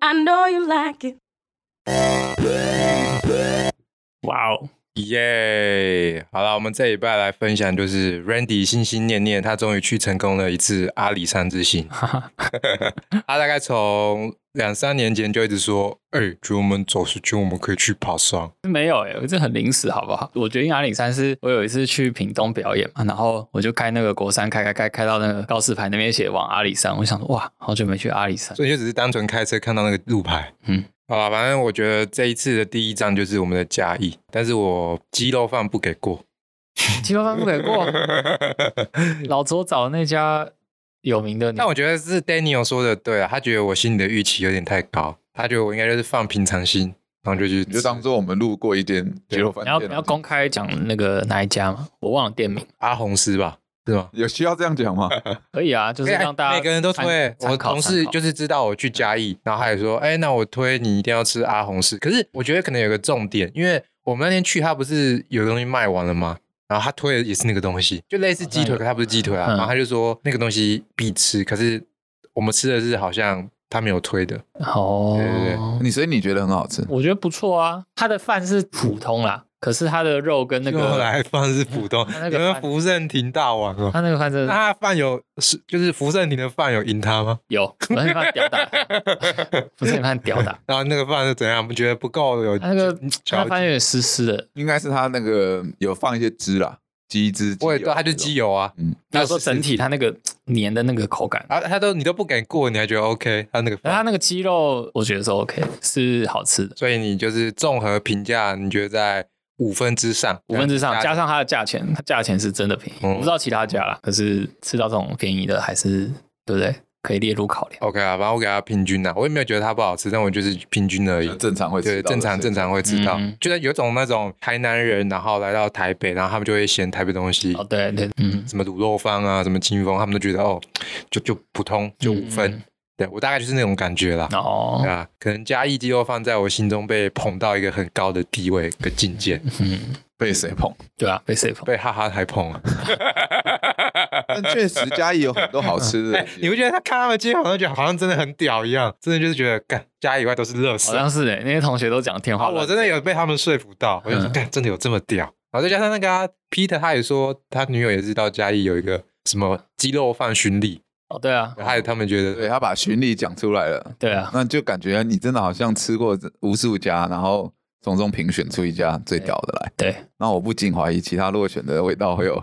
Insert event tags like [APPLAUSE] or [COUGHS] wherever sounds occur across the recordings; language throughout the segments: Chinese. I know you like it。哇哦，耶！好了，我们这一拜来分享就是 Randy 心心念念，他终于去成功了一次阿里山之 [LAUGHS] 行。哈哈，他大概从两三年前就一直说：“哎、觉得我们走时间，我们可以去爬山。 [LAUGHS] 没有哎、我这很临时好不好？我决定阿里山是我有一次去屏东表演嘛，然后我就开那个国山开开开开到那个告示牌那边写往阿里山，我想说哇，好久没去阿里” [LAUGHS] 山，所以就只是单纯开车看到那个路牌。嗯，好了，反正我觉得这一次的第一站就是我们的嘉义，但是我鸡肉饭不给 [LAUGHS] 过。鸡肉饭不给过，老周找那家有名的，但我觉得是 Daniel 说的对啊，他觉得我心里的预期有点太高，他觉得我应该就是放平常心，然后就去你就吃当做我们路过一间鸡肉饭你店要啊。你要公开讲那个哪一家吗？我忘了店名，阿红师吧，是吗？有需要这样 [LAUGHS] 讲吗？可以啊，就是哎让大家每个人都参推。我参考同事参考嗯就是知道我去嘉义，然后他也说：“哎、那我推你一定要吃阿红氏。”可是我觉得可能有个重点，因为我们那天去，他不是有东西卖完了吗？然后他推的也是那个东西，就类似鸡腿，可它不是鸡腿啊。哦嗯然后他就说那个东西必吃，可是我们吃的是好像他没有推的。哦，对对你所以你觉得很好吃？我觉得不错啊，它的饭是普通啦，可是它的肉跟那后个来饭是普通，他那你个们饭福盛亭大 [LAUGHS] 王哦。它那个饭真那的他的饭有是就是福盛亭的饭有赢他吗？有，福建饭屌 [LAUGHS] 打，福建饭屌打，然后那个饭是怎样？我觉得不够有它那个嗯嚼它饭有点湿湿的，应该是他那个有放一些汁啦，鸡汁。我也鸡对，油他就这种鸡油啊，嗯那有时候整体它那个黏的那个口感。啊，他都你都不敢过，你还觉得 OK？他那个然后它饭，那个鸡肉，我觉得是 OK，是好吃的，所以你就是综合评价，你觉得在五分之上，五分之上，加上上它的价钱，它价钱是真的便宜。嗯我不知道其他家啦，可是吃到这种便宜的，还是对不对？可以列入考量。 OK 啊，反正我给他平均啦，我也没有觉得它不好吃，但我就是平均而已。正常会吃对，到的正常水正常会吃到嗯，就是有种那种台南人，然后来到台北，然后他们就会嫌台北东西哦，对对，嗯，什么卤肉饭啊，什么清风，他们都觉得哦，就就普通，就五嗯分。对我大概就是那种感觉啦。哦对，啊，可能嘉义鸡肉饭在我心中被捧到一个很高的地位跟境界， [LAUGHS] 嗯，被谁 [LAUGHS] 捧？对啊，被谁捧？被哈哈台捧啊了。但确实嘉义有很多好吃的哎，你不觉得他看他们街好像觉得好像真的很屌一样，真的就是觉得干家以外都是乐好 [LAUGHS] 色啊！像是诶，欸那些同学都讲天花哦我乱真坠。的有被他们说服到，我就说嗯干、真的有这么屌。然后再加上那个啊、Peter，他也说他女友也是到嘉义有一个什么鸡肉饭巡礼，哦，对啊，还有他们觉对得他把巡礼讲出 [LAUGHS] 来了，对啊，那就感觉你真的好像吃过无数家，然后从中评选出一家最屌的来。对，那我不禁怀疑其他落选的味道会有。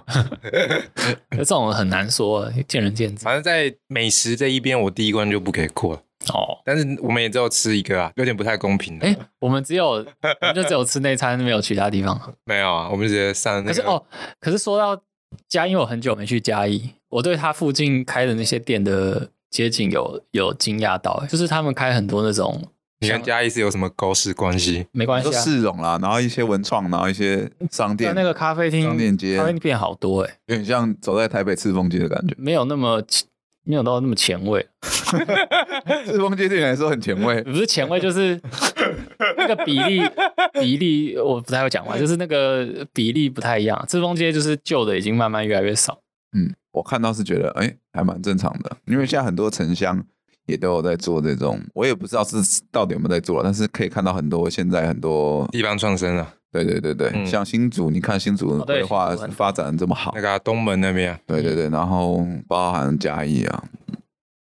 可这种很难说，见仁见智。反正在美食这一边，我第一关就不给过了。哦，但是我们也只有吃一个啊，有点不太公平的。哎，我们只有我们就只有吃那餐，没有其他地 [LAUGHS] 方。没有啊，我们就直接上可那个。是哦，可是说到嘉义，因为我很久没去嘉义，我对它附近开的那些店的街景有有惊讶到，诶欸就是他们开很多那种你跟嘉义是有什么狗屎关系？没关系说啊，市容啦，然后一些文创，然后一些商对店，那个咖啡厅商店街咖啡厅变好多哎，诶。有点像走在台北赤峰街的感觉没有那么没有到那么前卫，赤峰街对你来说很前卫，不是前卫，就是 [LAUGHS] 那个比例比例，我不太会讲话，就是那个比例不太一样。赤峰街就是旧的已经慢慢越来越少，嗯，我看到是觉得，哎、还蛮正常的，因为现在很多城乡也都有在做这种，我也不知道是到底有没有在做，但是可以看到很多现在很多，地方创生啊，对对对对，嗯像新竹，你看新竹哦对规划新竹很发展这么好，那个啊、东门那边啊，对对对，然后包含嘉义啊，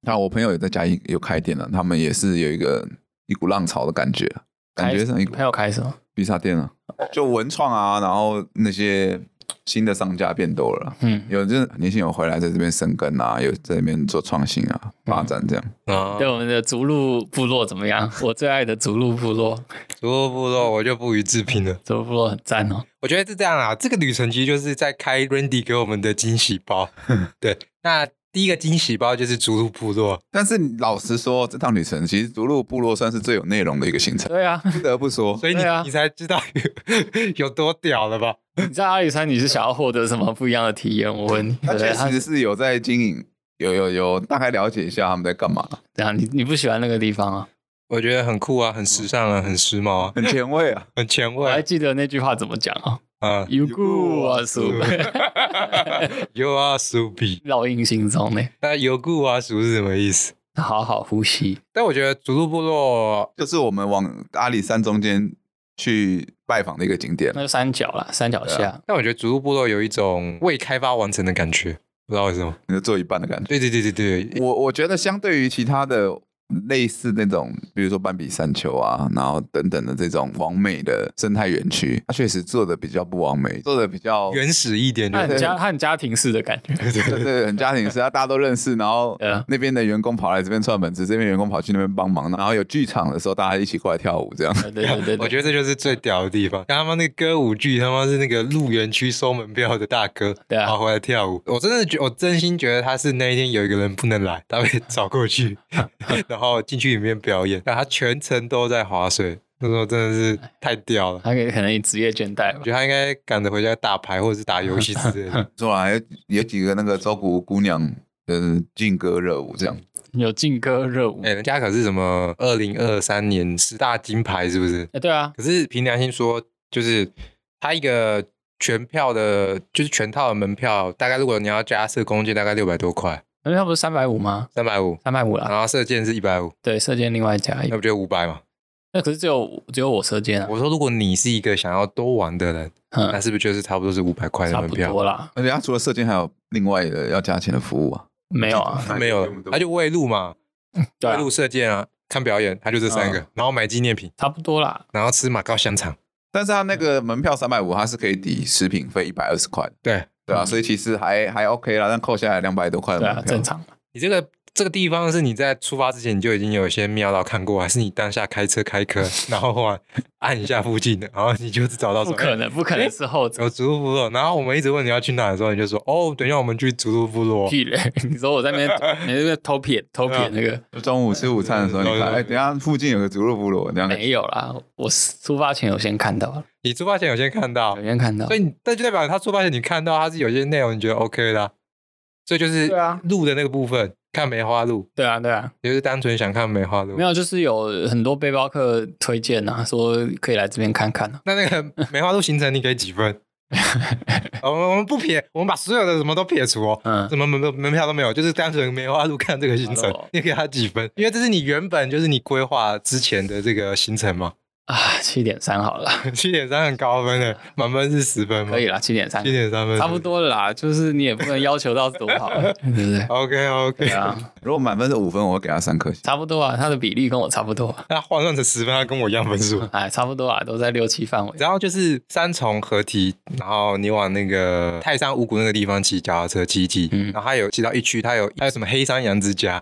那我朋友也在嘉义有开店了、他们也是有一个一股浪潮的感觉，感觉像一股还有开什么？披萨店啊，就文创啊，然后那些新的商家变多了啦。嗯，有就是年轻人回来在这边生根啊，有在这边做创新啊，发展这样。啊，对我们的逐鹿部落怎么 [LAUGHS] 样？我最爱的逐鹿部落，猪肉部落我就不予置评了。逐鹿部落很赞哦。我觉得是这样啊，这个旅程其实就是在开 Randy 给我们的惊喜 [LAUGHS] 包。对，那第一个惊喜包就是逐鹿部落，但是老实说，这趟旅程其实逐鹿部落算是最有内容的一个行程， [LAUGHS] 对啊，不得不说。所以你、对啊你才知道 [LAUGHS] 有多屌了吧？你在阿里山你是想要获得什么不一样的体验？我问你，对他不对？啊确他实是有在经营，有有有大概了解一下他们在干嘛，怎样？你啊你不喜欢那个地方啊？我觉得很酷啊，很时尚啊，很时髦啊， [LAUGHS] 很前卫啊。很前我还卫记得那句话怎么讲啊啊。 ？You go 啊，叔， [LAUGHS] [LAUGHS] You are Subi，烙印心中呢。那 You go 啊，属是什么意思？好好呼吸。但我觉得逐鹿部落就是我们往阿里山中间去拜访的一个景点那。就山脚啦，山脚对下。但我觉得逐鹿部落有一种未开发完成的感觉，不知道为什么。你就做一半的感觉。对对对对对，我我觉得相对于其他的类似那种，比如说斑比山丘啊，然后等等的这种完美的生态园区，它确实做的比较不完美，做的比较原始一点它就很家，它很家庭式的感觉。对对很家庭式，啊大家都认识，然后呃对啊那边的员工跑来这边串门子，这边员工跑去那边帮忙，然后有剧场的时候，大家一起过来跳舞，这样对对对对对，我觉得这就是最屌的地方。然后他们那个歌舞剧，他妈是那个入园区收门票的大哥，对啊然后回来跳舞。我真的觉，我真心觉得他是那一天有一个人不能来，他被找过 [LAUGHS] 去，然后进去里面表演，但他全程都在划水。那时候真的是太屌了，他可可能职业倦怠我吧。觉得他应该赶着回家打牌或者是打游戏之 [LAUGHS] 类的。说来有几个那个周谷姑娘，就是劲歌热舞这样，有劲歌热舞哎、。人家可是什么二零二三年十大金牌是不是？哎，对啊，可是凭良心说，就是他一个全票的，就是全套的门票，大概如果你要加射弓箭，大概六百多块，那他不是三百五吗？三百五，三百五啦。然后射箭是一百五，对，射箭另外加一那。不就五百嘛？那可是只有只有我射箭啊。我说，如果你是一个想要多玩的人，那嗯，是不是就是差不多是五百块的差门不票？多啦。而且它除了射箭，还有另外的要加钱的服务啊。没有 [LAUGHS] 啊，哦没有了，他就喂路嘛，对喂啊，嗯路射箭啊，看表演，他就这三个，然后买纪念品，差不多啦。然后吃马告香肠，但是它那嗯个门票三百五，它是可以抵食品费一百二十块的，对。对啊，所以其实还还 OK 啦，但扣下来两百多块的嗯对门啊票，，正。常。你这个这个地方是你在出发之前你就已经有先瞄到看过，还是你当下开车开车，然后后来按一下附近的，然后你就找到？不可哎 [LAUGHS] 能，不可能是后者。有竹鹿部落，然后我们一直问你要去哪的时候，你就说哦，等一下我们去竹鹿部落。屁嘞！你说我在那边， [LAUGHS] 你在那边偷撇偷撇嗯那个就中午吃午餐的时候，你对看，对哎、对等一下附近有个竹鹿部落，这样没有啦。我出发前有先看到了，你出发前有先看到有，先看到所。以你那就代表他出发前你看到他是有些内容你觉得 OK 的啊、所以就是对啊路的那个部分，看梅花鹿，对啊，对啊，你就是单纯想看梅花鹿没。有，就是有很多背包客推荐啊，说可以来这边看看啊。那那个梅花鹿行程你给几 [LAUGHS] 分？我们我们不撇，我们把所有的什么都撇除哦，嗯，什么门门票都没有，就是单纯梅花鹿看这个行好程的哦，你给他几分？因为这是你原本就是你规划之前的这个行程嘛，啊，七点三好了啦，七点三很高分的，满分是十分嘛，可以，啦，七点三嗯七点三分差不。多了啦。就是你也不能要求到多好，啊对不 [LAUGHS] 对？ OK 对 OK，啊，如果满分是五分，我会给他三颗星。差不多啊，它的比例跟我差不多啊，那换算成十分，他跟我一样分数。 [LAUGHS] 哎，差不多啊，都在六七范围。然后就是三重合体，然后你往那个泰山五谷那个地方骑脚踏车骑一骑，嗯然后它有骑到一区，它有还有什么黑山羊之家，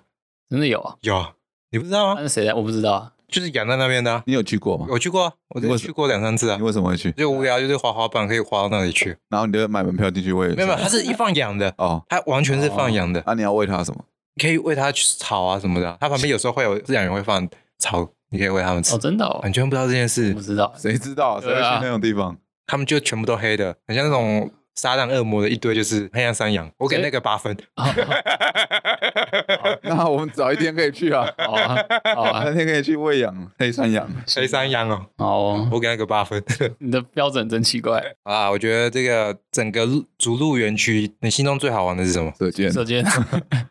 真的有啊？有你不知道那吗？是谁的？我不知道啊。就是养在那边的啊、你有去过吗？我去过啊，我你为什去过两三次啊你，为什么会去？就无聊就是滑滑板可以滑到那里去。然后你就买门票进去喂？没 [LAUGHS] 有，没有它是一放养的，哦，啊它完全是放养的，那、你要喂它什么？可以喂它去草啊什么的啊。它旁边有时候会有饲养员会放草，你可以喂它们吃哦，。真的哦，完全不知道这件我事不，知道。谁知道？谁会对啊去那种地方？ [LAUGHS] 他们就全部都黑的，很像那种撒旦恶魔的一堆，就是黑暗山羊。我给所以那个八分。那我们早一天可以去 [LAUGHS] 啊，好啊，好啊，那天可以去喂养黑山羊。黑山羊哦，好哦，我给那个八分 [LAUGHS] 你的标准真奇怪。啊！我觉得这个整个鹿竹鹿园区，你心中最好玩的是什么？射箭，射箭，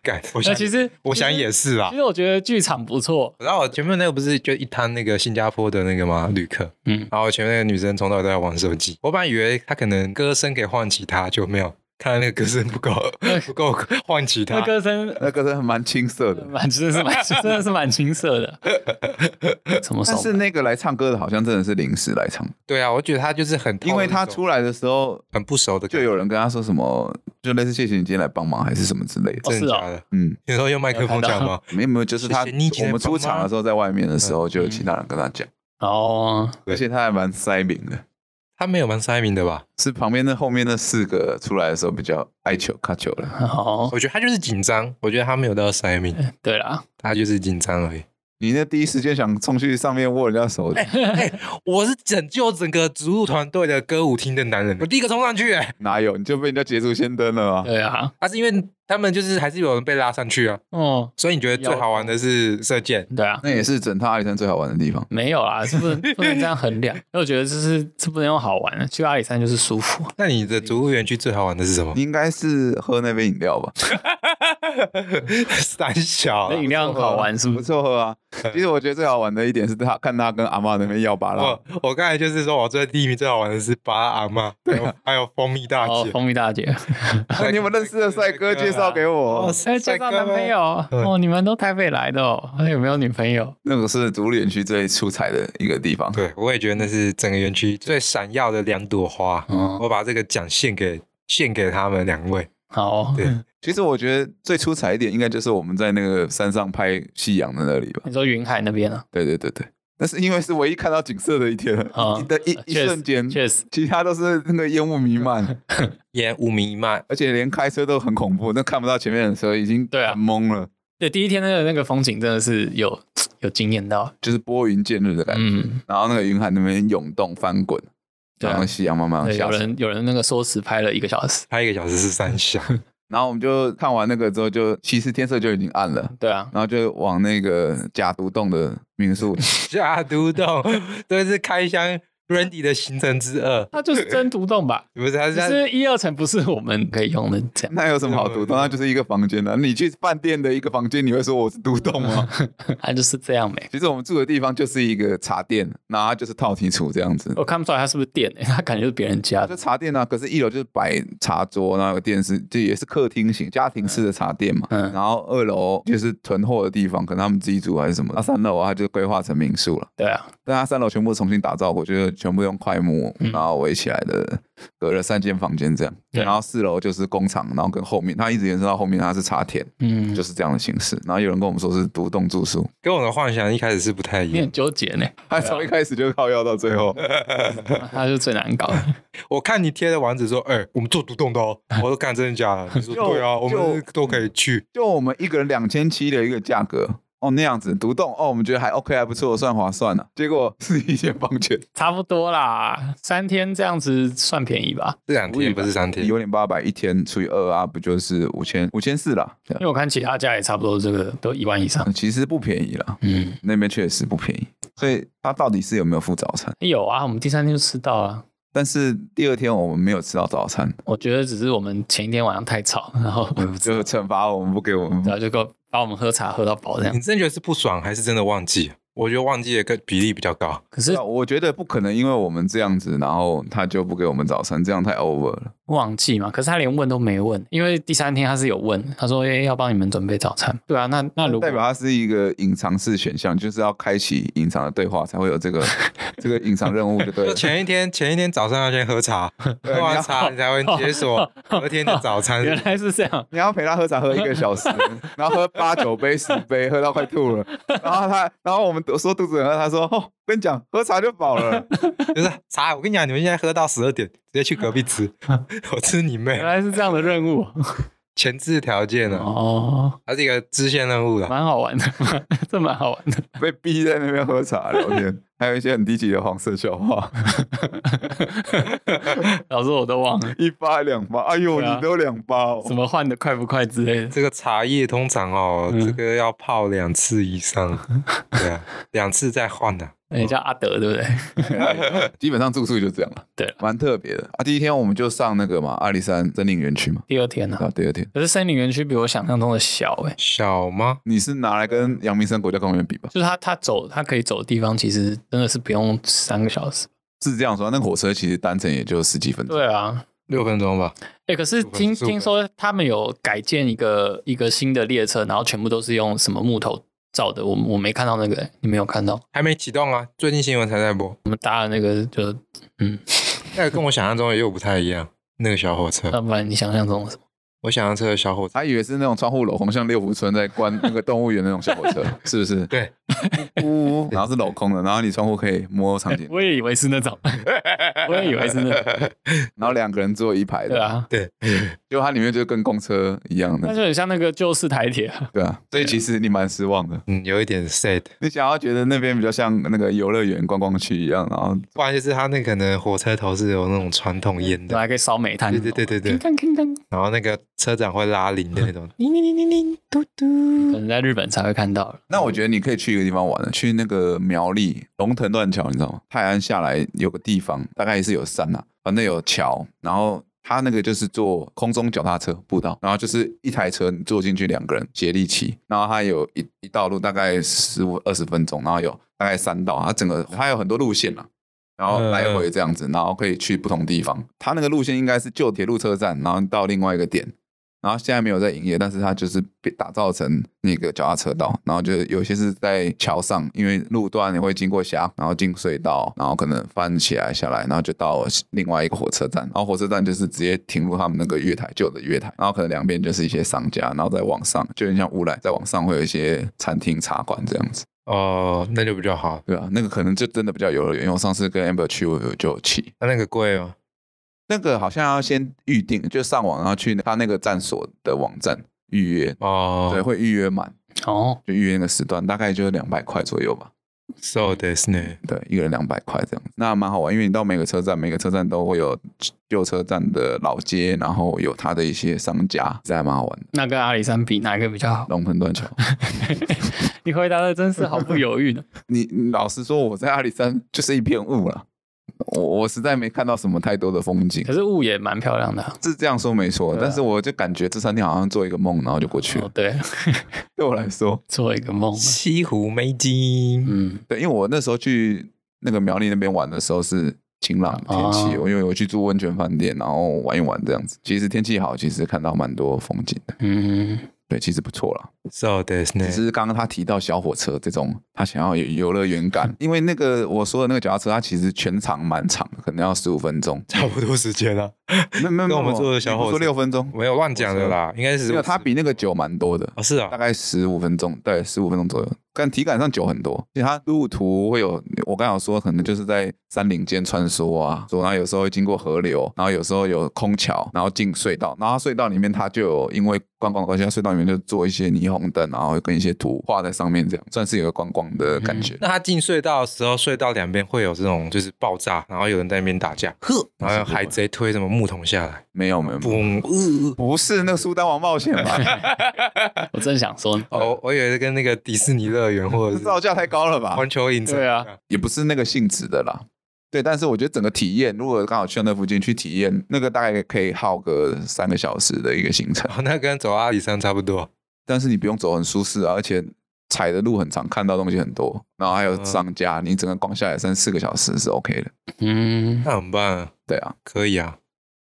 干，我那想其实我想也是。是啊其。实我觉得剧场不错，然后我前面那个不是就一摊那个新加坡的那个吗？旅客，嗯，然后前面那个女生从头到尾都在玩手机，我本来以为她可能歌声可以唤起她，就没有。看来那个歌声不够，不够唤起她。那歌声那个是蛮青涩的。蛮真的是蛮真的是蛮青涩的。什么时但候是？那个来唱歌的，好像真的是临时来唱，对啊，我觉得她就是很，因为他出来的时候很不熟的感觉，就有人跟他说什么，就类似谢谢你今天来帮忙还是什么之类的。哦真是的哦假的？嗯，你说用麦克风讲吗？没有没有，就是他谢谢你今天我们出场的时候，在外面的嗯时候就有其他人跟他讲，哦，对而且他还蛮塞明的。他没有蛮塞明的吧？是旁边那后面那四个出来的时候比较爱球卡球了。好，我觉得他就是紧张，我觉得他没有到塞明，对啦，他就是紧张而已。你那第一时间想冲去上面握人家手，哎我是拯救整个植物团队的歌舞厅的男人，我第一个冲上去、欸。哪有？你就被人家捷足先登了啊！对啊，啊，是因为他们就是还是有人被拉上去啊，哦，所以你觉得最好玩的是射箭？对啊，那也是整趟阿里山最好玩的地方。没有啦，是不能不能这样衡量。因为我觉得这是这不能用好玩的，去阿里山就是舒服。那你的植物园区最好玩的是什么？应该是喝那杯饮料吧？ [LAUGHS] 三小啊那饮料很好玩，是不不是？错喝啊。其实我觉得最好玩的一点是他看他跟阿妈那边要巴拉哦我，我刚才就是说，我最第一名最好玩的是巴拉阿妈，还有还有蜂蜜大哦，姐。蜂蜜大姐，那你有没有认识的帅哥介绍给我 [LAUGHS] 哇？哎，塞介绍帅哥男吗朋友哦，你们都台北来的哦，那有没有女朋友？那个是竹里园区最出彩的一个地方。对，我也觉得那是整个园区最闪耀的两朵花。哦，我把这个奖献给献给他们两位。好哦，对其实我觉得最出彩一点，应该就是我们在那个山上拍夕阳的那里吧。你说云海那边啊？对对对对，那是因为是唯一看到景色的一天啊，的一一确实瞬间，确实，其他都是那个烟雾弥 [LAUGHS] 漫，烟雾弥漫，而且连开车都很恐怖，那看不到前面的车，已经对啊很懵了，对，第一天那个那个风景真的是有有惊艳到，就是拨云见日的感觉。嗯，然后那个云海那边涌动翻滚，对啊然后夕阳慢慢对，下有山。人有人那个缩时拍了一个小时，拍一个小时是三小，然后我们就看完那个之后就，其实天色就已经暗了。对啊，然后就往那个假独洞的民宿，假独洞，这是开箱 Randy 的行程之二，？它就是真独栋吧 [LAUGHS] 不是？他是只他是一二层不是我们可以用的，这样那有什么好独洞？那就是一个房间啊。你去饭店的一个房间，你会说我是独 [LAUGHS] 洞吗？它就是这样没。其实我们住的地方就是一个茶店，然后它就是套题处这样子。我看不出来它是不是店、欸， [LAUGHS] 它感觉是别人家就的。茶店啊，可是一楼就是摆茶桌，然后有电视，这也是客厅型家庭式的茶店嘛。嗯然后二楼就是囤货的地方，可能他们自己煮还是什么。那三楼啊，它就规划成民宿了。对啊，但它三楼全部重新打造过，就是全部用块木嗯然后围起来的，隔了三间房间这样。对然后四楼就是工厂，然后跟后面它一直延伸到后面，它是茶田，嗯，就是这样的形式。然后有人跟我们说是独栋住宿，跟我的幻想一开始是不太一你样很。纠结呢、它从一开始就靠要到最后。 [LAUGHS] 它是最难搞的。我看你贴的网址说，哎、我们做独栋 [LAUGHS] 的哦，我都看真的假的？你说就对啊，我就们是都可以去。就我们一个人两千七的一个价格哦，那样子独栋哦，我们觉得还 OK 还不错，算划算了、啊结果是一间房间，差不多啦，三天这样子算便宜吧？这两天不是三天，有点八百一天除以二啊，不就是五千五千四啦？对啊因为我看其他家也差不多，这个都一万以上。其实不便宜啦，嗯，那边确实不便宜。所以它到底是有没有附早餐？有啊，我们第三天就吃到了。但是第二天我们没有吃到早餐，我觉得只是我们前一天晚上太吵，然后 [LAUGHS] 就惩罚我们不给我们然。后就给我把我们喝茶喝到饱这样你。真的觉得是不爽，还是真的忘记？我觉得忘记的个比例比较高。可是啊我觉得不可能，因为我们这样子，然后他就不给我们早餐，这样太 over 了。忘记嘛，可是他连问都没问，因为第三天他是有问，他说：“哎、要帮你们准备早餐。”对啊，那那如果代 [LAUGHS] 表它是一个隐藏式选项，就是要开启隐藏的对话才会有 [LAUGHS] 这个这个隐藏任务，就对就了。前一天，前一天早上要先喝 [LAUGHS] 茶，喝完茶你才会解锁隔天的早餐。原来是这样，你要陪他喝茶喝一个小时，然后喝八九杯十杯，喝到快吐了。然后他，然后我们说肚子很饿，他说：“哦，跟你讲，喝茶就饱了。就是茶，我跟你讲，你们现在喝到十二点，直接去隔 [LAUGHS] 壁吃， [LAUGHS] 我吃你妹原！来是这样的任务前置条件呢、哦，它是一个支线任务了。蛮好玩的，这蛮好玩的。” [LAUGHS] 被逼在那边喝茶聊天，还有一些很低级的黄色笑话，老师我都忘了一发两发，哎呦，对啊你都两发怎哦。么换的快不快之类的。这个茶叶通常哦，嗯这个要泡两次以上， [LAUGHS] 对啊，两次再换啊的、哎、叫阿德对不对？基本上住宿就这样了，对了，蛮特别的啊。第一天我们就上那个嘛，阿里山森林园区嘛，第二天啊呢、然后第二天。可是森林园区比我想象中的小哎、小吗？你是拿来跟阳明山国家公园比吧？就是他他走他可以走的地方，其实真的是不用三个小时。是这样说，那个火车其实单程也就十几分钟。对啊，六分钟吧。哎、可是是吧听是吧听说他们有改建一个一个新的列车，然后全部都是用什么木头造的，我我没看到那个、欸你没有看到？还没启动啊，最近新闻才在播。我们搭的那个就嗯，那个跟我想象中也又不太一样。 [LAUGHS] 那个小火车，嗯要不然你想象中的什么？我想象车的小火车，他以为是那种窗户镂空，像六福村在关那个动物园那种小火车，是不是？对， [LAUGHS] 呜，然后是镂空的，然后你窗户可以摸场景， [LAUGHS] 我也以为是那 [LAUGHS] 种，我也以为是那种，啊然后两个人坐一排对的，啊，对，就它里面就跟公车一样那的，就很像那个旧式台铁啊，对啊。所以其实你蛮失望的，嗯，有一点 sad。你想要觉得那边比较像那个游乐园观光区一样，然后不然就是它那可能火车头是有那种传统烟本的，来可以烧煤炭，对对对对对叮当叮当，然后那个车长会拉铃的那嗯种。叮叮叮叮叮，嘟嘟，可能在日本才会看到了。那我觉得你可以去一个地方玩了，去那个苗栗龙腾断桥，你知道吗？泰安下来有个地方，大概是有山啊，反正有桥，然后他那个就是做空中脚踏车步道，然后就是一台车你坐进去两个人协力骑，然后它有一一道路大概十五二十分钟，然后有大概三道，它整个它有很多路线啦，然后来回这样子，然后可以去不同地方。它那个路线应该是旧铁路车站，然后到另外一个点，然后现在没有在营业，但是它就是被打造成那个脚踏车道，然后就有些是在桥上，因为路段你会经过峡谷，然后进隧道，然后可能翻起来下来，然后就到另外一个火车站，然后火车站就是直接停入他们那个月台旧的月台，然后可能两边就是一些商家，然后再往上，就很像乌来，再往上会有一些餐厅茶馆这样子。哦，那就比较好。对啊，那个可能就真的比较游乐园，因为我上次跟 Amber 去，我有就有去。那那个贵吗？那个好像要先预定，就上网然后去他那个站所的网站预约，哦，对，会预约满，哦，就预约那个时段，大概就两百块左右吧。 ，so this 呢？对，一个人两百块这样子，那蛮好玩，因为你到每个车站，每个车站都会有旧车站的老街，然后有它的一些商家，这还蛮好玩的。那跟阿里山比哪一个比较好？龙腾断桥， [LAUGHS] 你回答的真是毫不犹豫呢。你你老实说，我在阿里山就是一片雾了，我我实在没看到什么太多的风景 [LAUGHS] [LAUGHS] 可。是雾也蛮漂亮的啊。是这样说没错，对啊但是我就感觉这三天好像做一个梦，然后就过去了。哦，对， [LAUGHS] 对我来说，做一个梦嗯嘛。西湖美景，嗯，对，因为我那时候去那个苗栗那边玩的时候是晴朗的天气，哦我因为我去住温泉饭店，然后玩一玩这样子。其实天气好，其实看到蛮多风景的，嗯，对，其实不错啦。 so this 呢。只？是刚刚他提到小火车这种，他想要有游乐园感，因为那个我说的那个脚踏车，它其实全长蛮长的，可能要十五分钟差不多时间了，没没有，跟我们没有坐的小你不火说车六分钟，没有乱讲的啦，应该是没有，它比那个久蛮多的。哦是大啊，概十五分钟，对，十五分钟左右，但体感上久很多。因为它路途会有，我刚才有说，可能就是在山林间穿梭啊，然后有时候会经过河流，然后有时候有空桥，然后进隧道，然后它隧道里面它就有因为观光的关系，它隧道里面就做一些霓虹灯，然后跟一些图画在上面，这样算是有个观光的感觉。嗯那他进隧道的时候，隧道两边会有这种就是爆炸，然后有人在那边打架，呵，然后有海贼推什么木桶下来，没有没有，没有嗯嘣，呃不是那个苏丹王冒险吧？我正想说呢，哦，我以为是跟那个迪士尼乐园或者 [LAUGHS] 这是造价太高了吧？环球影城，对啊，也不是那个性质的啦。对，但是我觉得整个体验，如果刚好去到那附近去体验，那个大概可以耗个三个小时的一个行程。哦，那跟走阿里山差不多，但是你不用走很舒适啊，而且踩的路很长，看到东西很多，然后还有嗯商家，你整个逛下来三四个小时是 OK 的。嗯，那很棒啊，对啊，可以啊，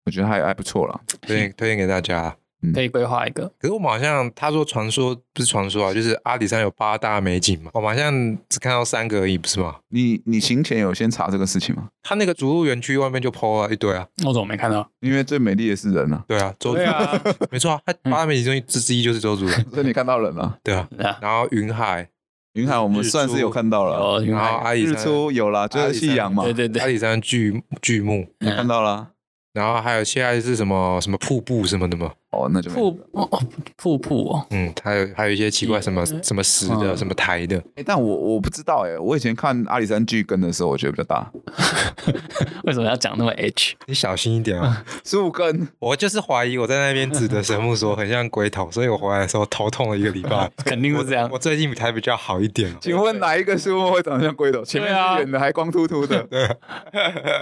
我觉得还还不错啦。推荐推荐给大家啊。可以规划一个。可是我们好像他说传说不是传说啊，就是阿里山有八大美景嘛，我们好像只看到三个而已，不是吗？你你行前有先查这个事情吗？他那个主路园区外面就抛啊一堆啊，哦我怎么没看到？因为最美丽的是人啊， [LAUGHS] 对啊，周对啊，没错啊，他八大美景中之之一就是周主任，所以你看到人了、对啊， [LAUGHS] 对啊，然后云海，云海我们算是有看到了，有云然后海，阿里日山，出有啦，就是夕阳哦嘛对，对阿对，里山巨巨幕，你看到啦。然后还有现在是什么什么瀑布什么的嘛，哦，那就没瀑哦哦瀑布哦，嗯，还有还有一些奇怪什么什么石的嗯什么台的，欸但我我不知道哎、我以前看阿里山巨根的时候，我觉得比较大，为什么要讲那么 [LAUGHS] H？你小心一点啊。嗯树根我就是怀疑我在那边指的神木说很像龟头，所以我回来的时候头痛了一个礼拜。嗯肯定是这样我。最近才比较好一点哦。请问哪一个树木会长得像龟头？前面对啊啊是圆的，还光秃秃的， [LAUGHS]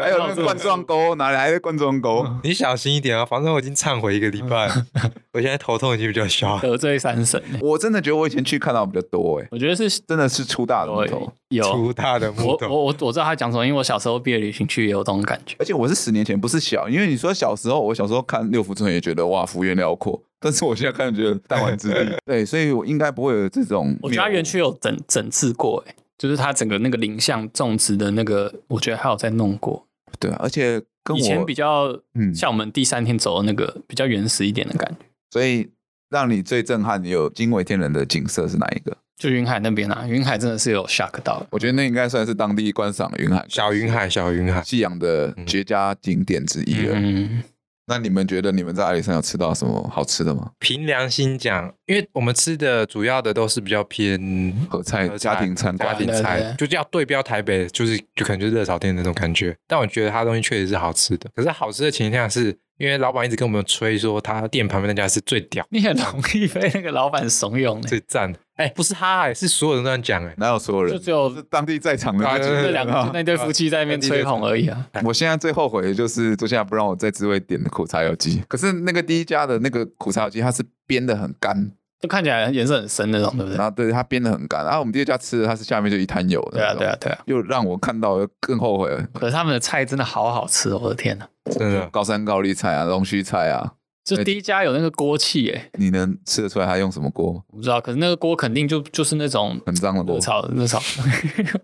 还有那个冠状沟，哪来的冠状沟？嗯你小心一点啊，反正我已经忏悔一个礼拜了，我现在头痛已经比较小了。得罪三神欸，我真的觉得我以前去看到比较多哎、我觉得是真的是出大的木头有， [LAUGHS] 有。粗大的木我头，我我我知道他讲什么，因为我小时候毕业旅行去也有这种感觉。而且我是十年前，不是小，因为你说小时候，我小时候看六福村也觉得哇幅员辽阔，但是我现在看觉得弹丸之 [LAUGHS] 地，对，所以我应该不会有这种。我觉得他园区有整整治过，哎，就是他整个那个林相种植的那个，我觉得还有在弄过。对啊，而且跟我以前比较嗯像我们第三天走的那个比较原始一点的感觉，所以让你最震撼、有惊为天人的景色是哪一个？就云海那边啊，云海真的是有 shock 到。我觉得那应该算是当地观赏云海、小云海，小云海，夕阳的绝佳景点之一了。嗯，那你们觉得你们在阿里山有吃到什么好吃的吗？凭良心讲，因为我们吃的主要的都是比较偏合菜合菜家庭餐家馆庭对菜对，就是要对标台北，就是就可能就是热炒店那种感觉。但我觉得它东西确实是好吃的，可是好吃的情况下是因为老板一直跟我们吹说他店旁边那家是最屌、你很容易被那个老板怂恿呢。欸最赞的。哎、哎、不是他、哎，是所有人都这样讲哎、哪有所有人？就只有是当地在场的那几个那人两 [LAUGHS] 啊个那对夫妻在那边吹捧而已啊。我现在最后悔的就是桌下不让我在滋味点的苦茶油鸡，可是那个第一家的那个苦茶油鸡，它是煸的很干，就看起来颜色很深那种，对不然对？后对它煸的很干，啊然后我们第二家吃的它是下面就一滩油的对那啊，种，对啊，对啊。又让我看到更后悔了，可是他们的菜真的好好吃哦，我的天呐！真的。高山高丽菜啊，龙须菜啊，就第一家有那个锅气耶，你能吃得出来它用什么锅吗？我不知道，可是那个锅肯定就就是那种很脏的锅热，炒热炒， [LAUGHS]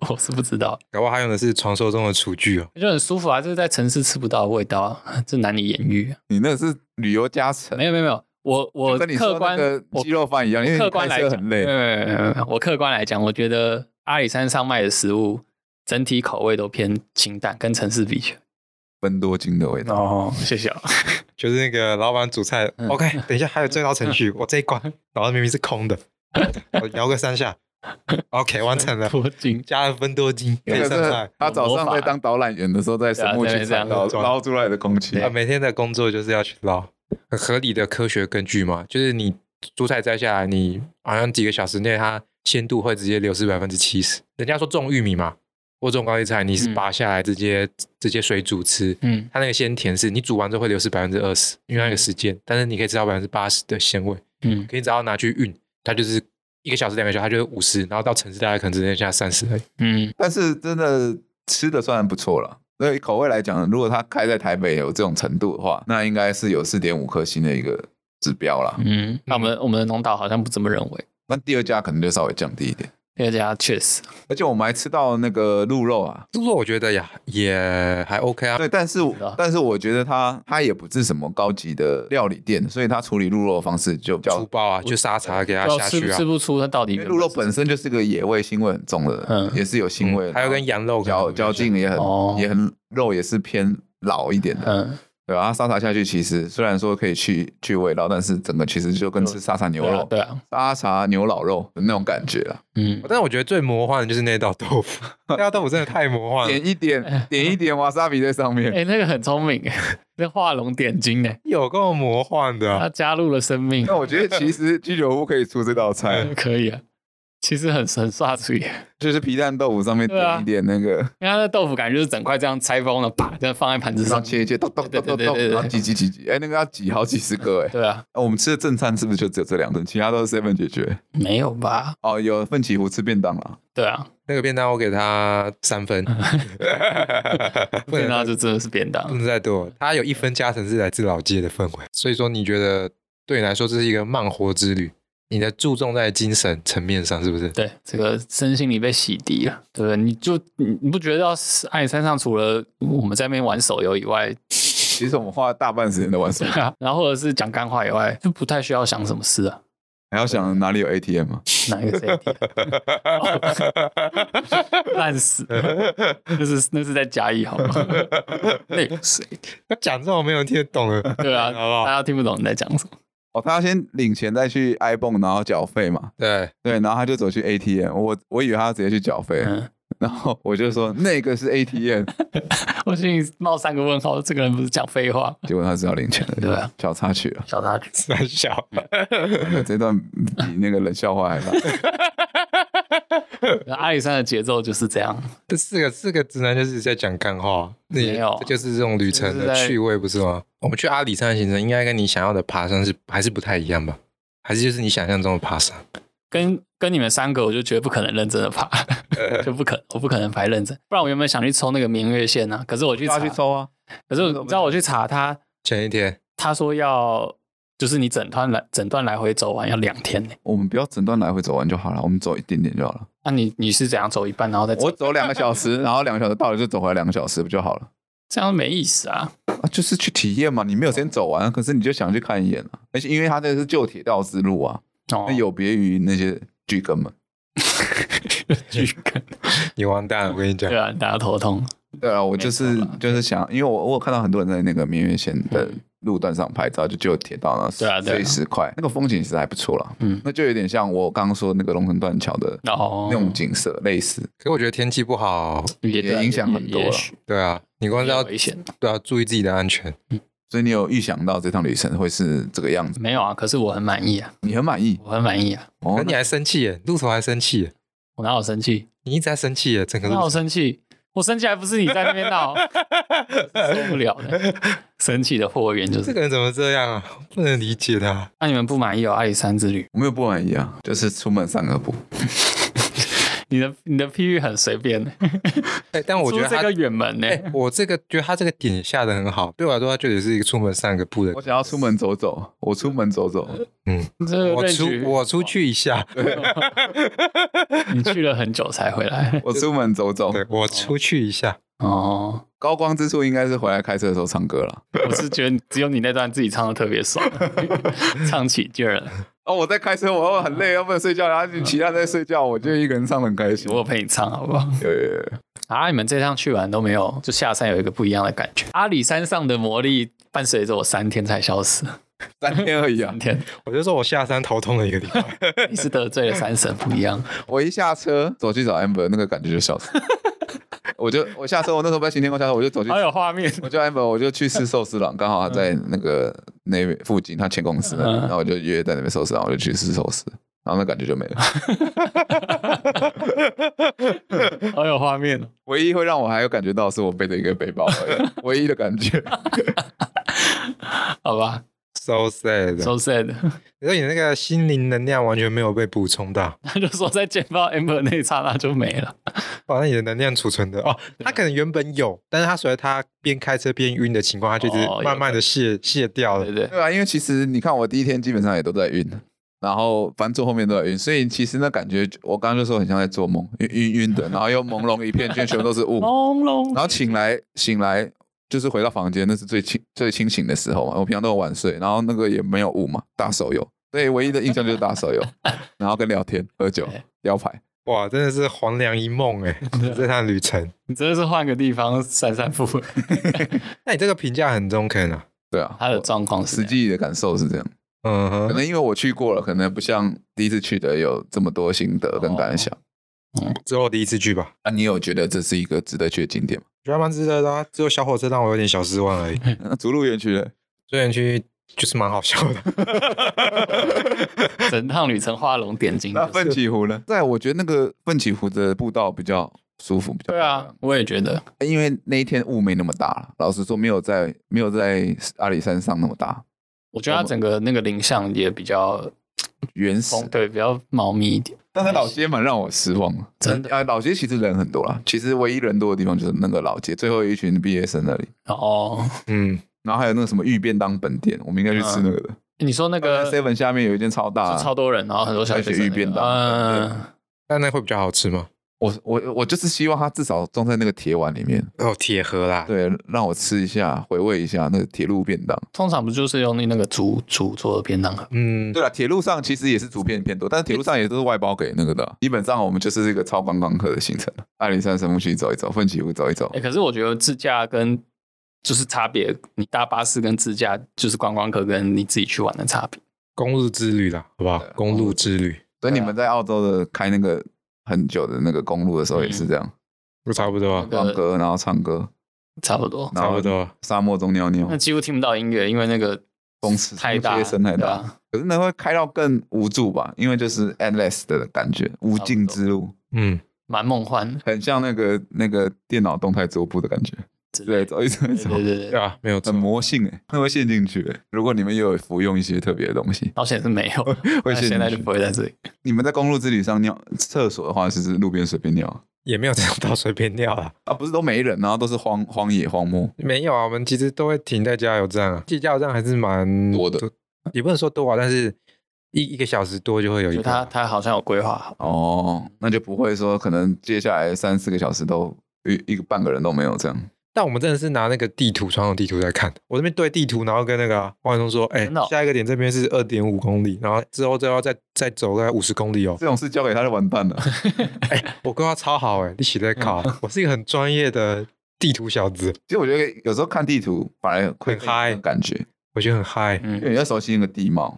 我是不知道，搞不好他用的是传说中的厨具哦。就很舒服啊，这是在城市吃不到的味道啊，这难以言喻。啊你那是旅游加成。没有没有没有，我我就跟你说客观那个我鸡肉饭一样，因为客你观开来车讲嗯很累没。有没有没有没有没有，我客观来讲，我觉得阿里山上卖的食物整体口味都偏清淡，跟城市比起来。分多精的味道。哦，谢谢啊。 [LAUGHS] 就是那个老板煮菜、嗯 o k 等一下还有这道 [LAUGHS] 程序，我这一关，然后明明是空的，我摇个三 [LAUGHS] 下，OK 完成了，多 [LAUGHS] 金加了分多金那配个上是菜。他早上在当导览员的时候，在神木啊对啊去这采样捞这样捞出来的空气对啊，。每天的工作就是要去捞，很合理的科学根据嘛，就是你蔬菜摘下来，你好像几个小时内它鲜度会直接流失百分之七十。人家说种玉米嘛，或种高丽菜，你是嗯拔下来直接、直接水煮吃，嗯，它那个鲜甜是你煮完之后会流失百分之二十，因为那个时间，但是你可以吃到百分之八十的鲜味。嗯可以只要拿去运，它就是一个小时、两个小时，它就是五十，然后到城市大概可能只剩下三十而已。嗯，但是真的吃的算不错了。所以口味来讲，如果它开在台北有这种程度的话，那应该是有四点五颗星的一个指标啦。嗯，那我们我们的农导好像不这么认为。那第二家可能就稍微降低一点。第二家确实，而且我们还吃到那个鹿肉啊，猪肉我觉得呀也还 OK 啊， [LAUGHS] 对，但是知道但是我觉得它它也不是什么高级的料理店，所以它处理鹿肉的方式就比粗较，暴啊，就沙茶给它不知道下吃去啊吃，不出它到底因为原鹿肉是本身就是个野味，腥味很重的，嗯也是有腥味的，还有跟羊肉可能嚼会比较嚼劲也很、哦也很肉也是偏老一点的，嗯，对吧、啊？沙茶下去其实虽然说可以去去味道，但是整个其实就跟吃沙茶牛对啊肉、对啊，沙茶牛老肉的那种感觉啊了。嗯像。但是我觉得最魔幻的就是那道豆腐， [LAUGHS] 那道豆腐真的太魔幻了。点一点，嗯点一点瓦萨比在上 [LAUGHS] 面，哎、那个很聪明，那画龙点睛呢，有够魔幻的啊、它加入了生命 [LAUGHS] 那，我觉得其实居酒屋可以出这道菜，可以啊。其实很很刷嘴，因为就是皮蛋豆腐上面对啊点一点那个，它的豆腐感觉就是整块这样拆封了，啪，这样放在盘子然后上。切一切，咚咚对咚对咚对对咚，对然后挤挤挤挤，哎，那个要挤好几十个哎。对啊，啊我们吃的正餐是不是就只有这两顿，其他都是 seven 解决？没有吧？哦，有奋起湖吃便当了，对啊，那个便当我给他三 [LAUGHS] 分，不便能嗯当就真的是便不当。能再多了。它有一分加成是来自老街的氛围，所以说你觉得对你来说这是一个慢活之旅？你的注重在精神层面上是不 [LAUGHS] [LAUGHS] 是？对，这个身心里被洗涤了，对不对？你就你你不觉得到爱山上除了我们在那边玩手游以外，其实我们花了大半时间在玩手机，然后或者是讲干话以外，就不太需要想什么事啊。还要想哪里有 ATM 吗？哪一个 CD？烂死了！那是那是在嘉义好吗？ [LAUGHS] 那个谁？讲这种没有人听得懂的， [LAUGHS] [LAUGHS] 对啊，好不好大家听不懂你在讲什么。哦，他要先领钱再去 iPhone，然后缴费嘛。对，对，然后他就走去 ATM，我我以为他要直接去缴费，嗯，然后我就说那个是 ATM， [LAUGHS] 我心里冒三个问号，这个人不是讲废话？ [LAUGHS] 结果他是要领钱的，对啊，小插曲啊，小插曲，三小，这段比那个冷笑话 [LAUGHS] 还大。阿里山的节奏就是这样，这四个四个直男就是在讲干话，那也没有这就是这种旅程就是的在趣味，不是吗？我们去阿里山的行程应该跟你想要的爬山是还是不太一样吧？还是就是你想象中的爬山？跟跟你们三个，我就觉得不可能认真的爬，呃 [LAUGHS] 就不可，我不可能排认真。不然我原本想去抽那个明月线啊，可是我去查要，去抽啊，可是我你知道我去查他，前一天他说要就是你整段来整段来回走完要两天呢、我们不要整段来回走完就好了，我们走一点点就好了。那、你你是怎样走一半然后再走我？走两个 [LAUGHS] 小时，然后两个小时到了就走回来两个小时不就好了？这样没意思啊！啊，就是去体验嘛，你没有时间走完，可是你就想去看一眼啊。而且因为它这是旧铁道之路啊，哦 [LAUGHS] 那，有别于那些巨根们。巨根，你完蛋了，我跟你讲对，啊，大家头痛。对啊，我就没是错啦就是想，因为我我有看到很多人在那个明月线的路段上拍照，就只有铁道呢，对啊对啊碎石块，那个风景其实还不错啦。嗯嗯，那就有点像我刚刚说那个龙腾断桥的哦，那种景色类似。可是我觉得天气不好，也嗯也影响很多了啊也也许对啊，你光是比较要危险。哦对啊，注意自己的安全。所以你有预想到这趟旅程会是这个样子，没有啊，可是我很满意啊，你很满意我很满意啊，哦可。你还生气耶，路途还生气耶，我哪有生气？你一直在生气耶，整个我路哪有程生气？我生气还不是你在那边 [LAUGHS] 闹，受不了的。生气的货源就这是，个人怎么这样啊？不能理解他。那、你们不满意哦有阿里山之旅？我没有不满意啊，就是出门散个步。你的你的譬喻很随便，哎、但我觉得出这他，个远门呢、哎、我这个觉得他这个点下的很好，对我来说，他就也是一个出门散个步的我。想要出门走走，我出门走走，这我个出 range 我出去一下，你去了很久才回 [LAUGHS] 来我出门走走。对我出去一下，哦。高光之处应该是回来开车的时候唱歌了。我是觉得只有你那段自己唱的特别爽，唱起劲儿了。哦，我在开车，我又很累，要不能睡觉，然后其他人在睡觉，我就一个人唱的很开心。我有陪你唱好不好？有有有，啊，你们这趟去玩都没有，就下山有一个不一样的感觉。阿里山上的魔力伴随着我三天才消失，三天而已啊三！天我就说我下山头痛了一个礼拜。你是得罪了山神不一样。我一下车走去找 amber，那个感觉就消失。我就我下车，我那时候不在晴天宫下车，我就走去，好有画 [LAUGHS] 面，我叫 amber，我就去吃寿司郎，刚好他在那个那边附近，他前公司那边，嗯然后我就约在那边寿司郎，我就去吃寿司，然后那感觉就没了。 [LAUGHS] 好有画面哦。唯一会让我还有感觉到是我背着一个背包而已，唯一的感觉。好吧 So [LAUGHS] sad，，so sad。 [LAUGHS] 所以你那个心灵能量完全没有被补充到，他就说在见到 amber 那一刹那就没了。把你的能量储存的哦。啊他可能原本有，但是他随着他边开车边晕的情况，他就是哦有慢慢的卸卸掉了对。对，对啊，因为其实你看我第一天基本上也都在晕，然后反正坐后面都在晕，所以其实那感觉我刚刚就说很像在做梦，晕晕晕的，然后又朦胧一片，全全部都 [LAUGHS] 是雾，朦胧。然后醒来醒来就是回到房间，那是最清最清醒的时候嘛。我平常都很晚睡，然后那个也没有雾嘛，打手游，所以唯一的印象就是打手游，然后跟聊天、喝酒对、摇牌。哇，真的是黄粱一 [LAUGHS] 梦哎，啊这趟旅程。你真的是换个地方散散 [LAUGHS] 步。那你这个评价很中肯啊。对啊，他的状况是实际的感受是这样。嗯可哼，能因为我去过了，可能不像第一次去的有这么多心得跟感想。只有我第一次去吧，那、你有觉得这是一个值得去的景点吗？觉得蛮值得的啊。只有小火车让我有点小失望 [LAUGHS] 而已， [LAUGHS] 那竹鹿园区嘞虽然去就是蛮好笑的。 [LAUGHS] 这样整趟旅程画龙点睛、那就是奋起湖呢？在我觉得那个奋起湖的步道比较舒服，比较对啊，我也觉得。漂亮，因为那一天雾没那么大了。老实说，没有在没有在阿里山上那么大，我觉得它整个那个林相也比较原始。风，对，比较茂密一点。但是老街蛮让我失望了，真的啊，老街其实人很多啦，其实唯一人多的地方就是那个老街，最后一群毕业生那里。然后嗯，然后还有那个什么玉便当本店，我们应该去吃那个的。你说嗯那个 Seven 下面有一间超大、就超多人，然后很多小学生还有那个，一些鱼便当嗯，那那会比较好吃吗？我我我就是希望它至少装在那个铁碗里面，哦，铁盒啦。对，让我吃一下，回味一下那个铁路便当。通常不就是用那个竹竹做的便当啊盒？嗯，对了，啊铁路上其实也是竹片偏多，但是铁路上也都是外包给那个的。啊嗯基本上我们就是一个超观光客的行程，阿里山神木区走一走，奋起湖走一走哎，。可是我觉得自驾跟就是差别，你搭巴士跟自驾就是观光客跟你自己去玩的差别。公路之旅啦，好不好？公路之旅，啊所以你们在澳洲的开那个很久的那个公路的时候也是这样，不差不多啊，嗯对放歌，然后唱歌，差不多。然差不后多啊。沙漠中尿尿那，几乎听不到音乐，因为那个风势太大，风切声太大对啊可是那会开到更无助吧，因为就是 endless 的感觉，无尽之路。嗯，蛮梦幻的。很像那个那个电脑动态桌布的感觉，之类对，的走一走一对走，对对对对，啊，没有错很。魔性哎、那会陷进去、欸。如果你们也有服用一些特别的东西，好险是没有， [LAUGHS] 会那 [LAUGHS] 陷现在就进去不。会在这里。你们在公路之旅上尿厕所的话，就是路边随便尿也没有这样到随便尿啦。啊，不是都没人，然后都是荒荒野荒漠，没有啊，我们其实都会停在加油站啊，其实加油站还是蛮多的，也不能说多啊，但是一一个小时多就会有一就个。他他好像有规划好，哦，那就不会说可能接下来三四个小时都一一个半个人都没有这样。但我们真的是拿那个地图，传统地图在看。我这边对地图，然后跟那个黄伟忠说：“哎、真的哦下一个点这边是二点五公里，然后之后再要再再走大概五十公里哦。这种事交给他就完蛋了。我规划超好哎、一起在考，我是一个很专业的地图小子，其实我觉得有时候看地图反而会很嗨感觉，我觉得很嗨。因为嗯，你要熟悉那个地貌，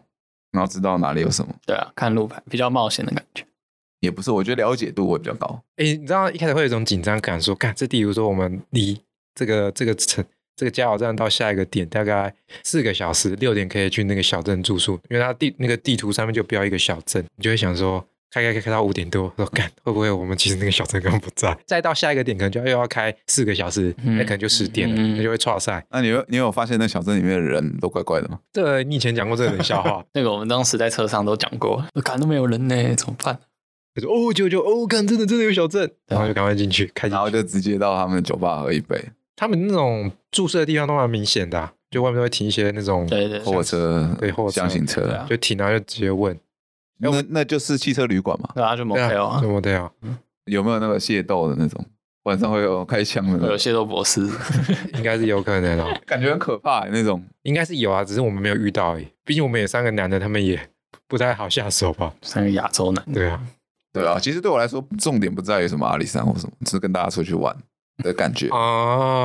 然后知道哪里有什么。对啊，看路牌比较冒险的感觉。也不是，我觉得了解度会比较高。哎、你知道一开始会有一种紧张感说干这地图说我们离这个这个城这个加油站到下一个点大概四个小时，六点可以去那个小镇住宿，因为它地那个地图上面就标一个小镇，你就会想说。开开开开到五点多，说干会不会我们其实那个小镇根本不在？再到下一个点可能就哎又要开四个小时，那、嗯可能就十点了，嗯那就会错赛。那你有你有发现那小镇里面的人都怪怪的吗？对，你以前讲过这个冷笑话， [LAUGHS] 那个我们当时在车上都讲过，我看都没有人呢，怎么办？他说哦，就就哦，干真的真的有小镇，对啊然后就赶快进去开进然啊后去。就直接到他们的酒吧喝一杯，他们那种注射的地方都蛮明显的啊、就外面都会停一些那种，对对对货车对货车箱型车对啊就停然后就直接问，那那就是汽车旅馆嘛，对啊，就 motel 啊怎，么的呀？有没有那个械斗的那种？晚上会有开枪的会那有种，械斗呃博 [LAUGHS] 士，应该是有可能啊，感觉很可怕、欸那种。应该是有啊，只是我们没有遇到而已。毕竟我们也三个男的，他们也不太好下手吧？三个亚洲男，对啊，对啊，其实对我来说，重点不在于什么阿里山或什么，只是跟大家出去玩的感 [LAUGHS] 觉。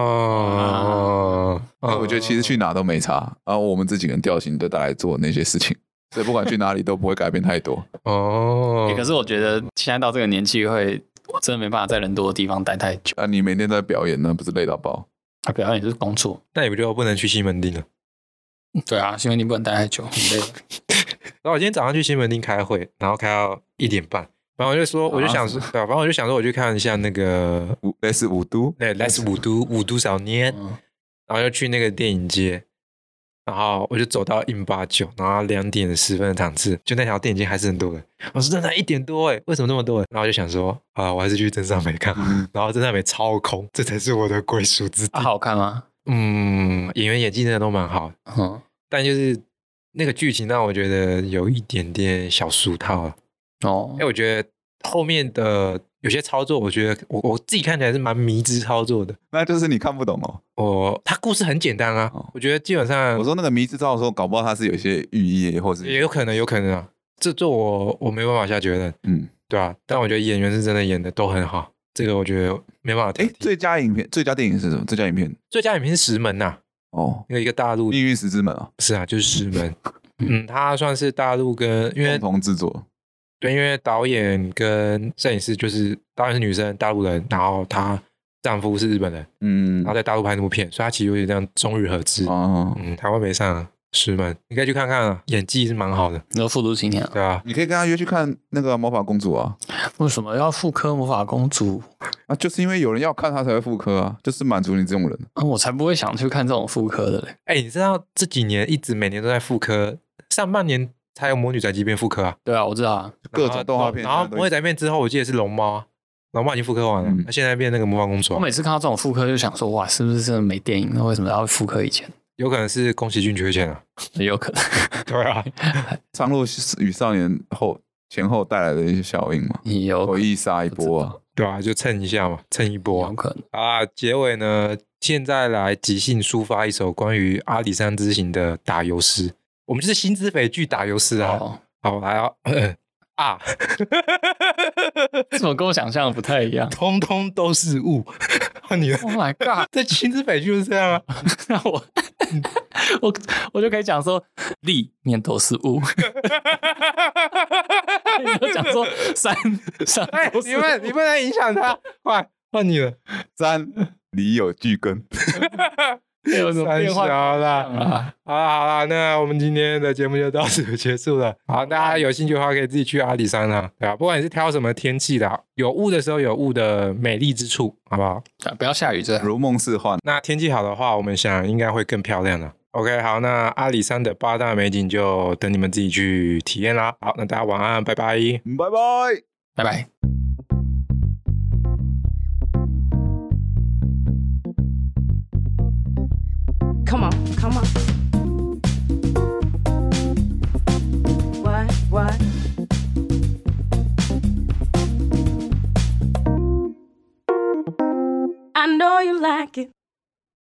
哦，因哎为我觉得其实去哪都没差，然后我们这几个人调性都大概做那些事情，所以不管去哪里都不会改变太多。哦欸，可是我觉得现在到这个年纪会，我真的没办法在人多的地方待太久。啊，你每天都在表演，那不是累到爆？啊，表演就是工作，那你不就不能去西门町了？对啊，因为你不能待太久，很累。然后我今天早上去西门町开会，然后开到一点半，然后我就说，我就想说，对啊，反正我就想说，我去看一下那个，五类似五都，那来自五都五都少年，嗯然后就去那个电影街，然后我就走到印八九，然后两点十分的场次，就那条电影街还是很多人。我说真的，一点多哎，为什么那么多人？然后我就想说啊，我还是去真善美看好了。然后真善美超空，这才是我的归属之地嗯啊，。好看吗？嗯，演员演技真的都蛮好，嗯，但就是那个剧情让我觉得有一点点小俗套了。哦因为，我觉得后面的有些操作，我觉得我我自己看起来是蛮迷之操作的。那就是你看不懂哦。我他故事很简单啊哦，我觉得基本上我说那个迷之照的时候，搞不好它是有一些寓意，或也是有可能，有可能啊。这这我我没办法下结论，嗯，对啊，但我觉得演员是真的演的都很好，这个我觉得没办法挑哎剔。，最佳影片、最佳电影是什么？最佳影片最佳影片是石门呐、哦，那个一个大陆《命运石之门》啊，是啊，就是石门。 [LAUGHS] 嗯，他算是大陆跟因为共同制作，对，因为导演跟摄影师就是导演是女生，大陆人，然后她丈夫是日本人，嗯然后，在大陆拍那部片，所以她其实有点像中日合资。哦，嗯，台湾没上啊石门，你可以去看看啊，演技是蛮好的，你说复读青年啊，对啊，你可以跟他约去看那个《魔法公主》啊，为什么要复刻魔法公主？啊，就是因为有人要看他才会复刻啊，就是满足你这种人。啊，我才不会想去看这种复刻的嘞。哎、你知道这几年一直每年都在复刻，上半年才有《魔女宅急便》复刻啊，对啊，我知道啊，各然后种动画片然后《现在都魔女宅急便》之后，我记得是龙猫啊，龙猫已经复刻完了，嗯那、现在变那个魔法公主我啊、每次看到这种复刻就想说，哇，是不是真的没电影？那为什么要复刻以前？有可能是宫崎骏缺钱 [LAUGHS] 啊，也有可能， [LAUGHS] 对啊，苍鹭与少年后前后带来的一些效应嘛，也有回忆杀一波啊，对啊，就蹭一下嘛，蹭一波啊有可能。啊，结尾呢，现在来即兴抒发一首关于阿里山之行的打油诗。我们就是新资匪剧打油诗啊。哦， [LAUGHS] 好，来啊， [COUGHS] 啊，这怎么跟我想象的不太一样通通都是雾。 [LAUGHS] 你？Oh my god！ [LAUGHS] 这新资匪剧就是这样啊。那我 [LAUGHS] 我我就可以讲说，立面都是雾，你 [LAUGHS] 就讲说山山 [LAUGHS] 哎，都是你们你不能影响他，快换你了，三里有巨根，会有什么三变化小啦。啊？好啦好啦，那我们今天的节目就到此结束了。好，大家有兴趣的话，可以自己去阿里山啦、对啊，不管你是挑什么天气的啊，有雾的时候有雾的美丽之处，好不好？啊不要下雨这样。如梦似幻。那天气好的话，我们想应该会更漂亮了。OK，好，那阿里山的八大美景就等你们自己去体验啦。好，那大家晚安，拜拜。嗯拜拜。拜拜。 Come on, come on. What, what? I know you like it.